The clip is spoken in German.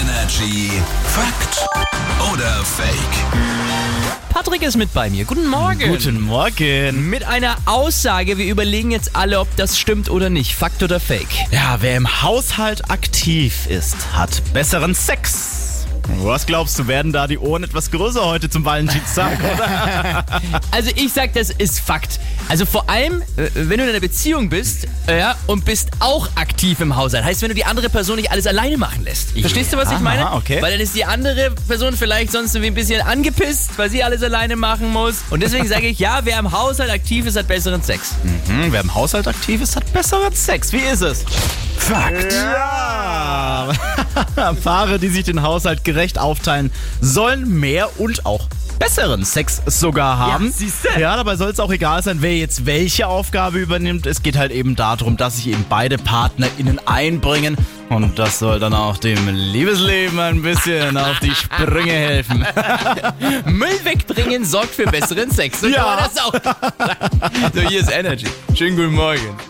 Energy Fakt oder Fake? Patrick ist mit bei mir. Guten Morgen. Guten Morgen. Mit einer Aussage. Wir überlegen jetzt alle, ob das stimmt oder nicht. Fakt oder Fake. Ja, wer im Haushalt aktiv ist, hat besseren Sex. Was glaubst du, werden da die Ohren etwas größer heute zum Valentinstag, oder? Also ich sag, das ist Fakt. Also vor allem, äh, wenn du in einer Beziehung bist äh, ja, und bist auch aktiv im Haushalt. Heißt, wenn du die andere Person nicht alles alleine machen lässt. Verstehst du, was ich Aha, meine? okay. Weil dann ist die andere Person vielleicht sonst irgendwie ein bisschen angepisst, weil sie alles alleine machen muss. Und deswegen sage ich, ja, wer im Haushalt aktiv ist, hat besseren Sex. Hm, wer im Haushalt aktiv ist, hat besseren Sex. Wie ist es? Fakt. Ja. Paare, die sich den Haushalt gerecht aufteilen, sollen mehr und auch besseren Sex sogar haben. siehste. Ja, dabei soll es auch egal sein, wer jetzt welche Aufgabe übernimmt. Es geht halt eben darum, dass sich eben beide PartnerInnen einbringen. Und das soll dann auch dem Liebesleben ein bisschen auf die Sprünge helfen. Müll wegbringen sorgt für besseren Sex. So Ja. kann man das auch. sagen. So, hier ist Energy. Schönen guten Morgen.